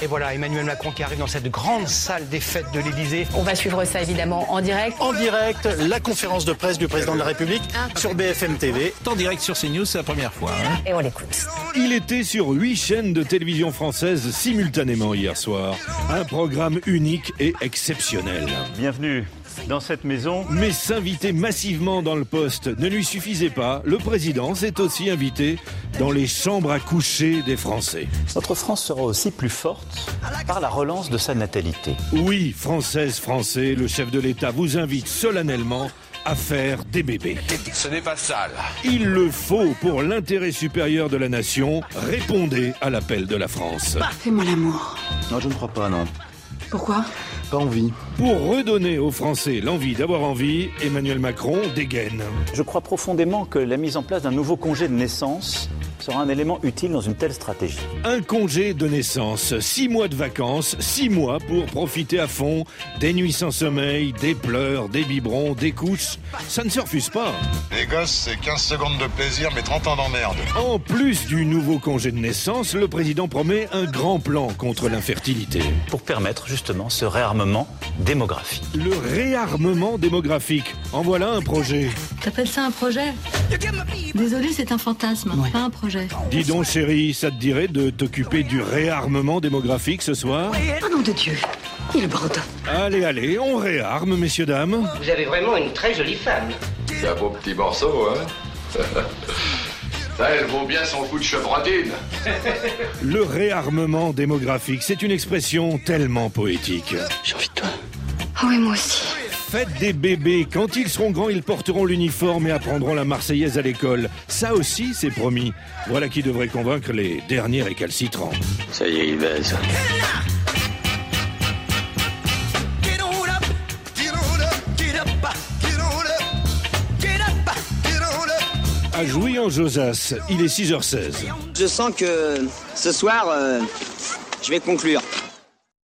Et voilà, Emmanuel Macron qui arrive dans cette grande salle des fêtes de l'Élysée. On va suivre ça évidemment en direct. En direct, la conférence de presse du président de la République sur BFM TV. En direct sur CNews, c'est la première fois. hein. Et on l'écoute. Il était sur huit chaînes de télévision française simultanément hier soir. Un programme unique et exceptionnel. Bienvenue dans cette maison. Mais s'inviter massivement dans le poste ne lui suffisait pas. Le président s'est aussi invité dans les chambres à coucher des Français. Notre France sera aussi plus forte par la relance de sa natalité. Oui, Françaises, Français, le chef de l'État vous invite solennellement à faire des bébés. Ce n'est pas sale. Il le faut pour l'intérêt supérieur de la nation. Répondez à l'appel de la France. Fais-moi l'amour. Non, je ne crois pas, non. Pourquoi Pas envie. Pour redonner aux Français l'envie d'avoir envie, Emmanuel Macron dégaine. Je crois profondément que la mise en place d'un nouveau congé de naissance sera un élément utile dans une telle stratégie. Un congé de naissance, six mois de vacances, six mois pour profiter à fond des nuits sans sommeil, des pleurs, des biberons, des couches. Ça ne se refuse pas. Les gosses, c'est 15 secondes de plaisir, mais 30 ans d'emmerde. En plus du nouveau congé de naissance, le président promet un grand plan contre l'infertilité. Pour permettre justement ce réarmement démographique. Le réarmement démographique. En voilà un projet. T'appelles ça un projet Désolé, c'est un fantasme, pas un projet. Dis donc chérie, ça te dirait de t'occuper du réarmement démographique ce soir Au nom de Dieu, il brode. Allez, allez, on réarme, messieurs, dames. Vous avez vraiment une très jolie femme. C'est un beau petit morceau, hein Ça, elle vaut bien son coup de chevrotine. Le réarmement démographique, c'est une expression tellement poétique. Ah oui, moi aussi. Faites des bébés, quand ils seront grands, ils porteront l'uniforme et apprendront la Marseillaise à l'école. Ça aussi, c'est promis. Voilà qui devrait convaincre les derniers récalcitrants. Ça y est, il baise. À Jouy-en-Josas, il est 6h16. Je sens que ce soir, euh, je vais conclure.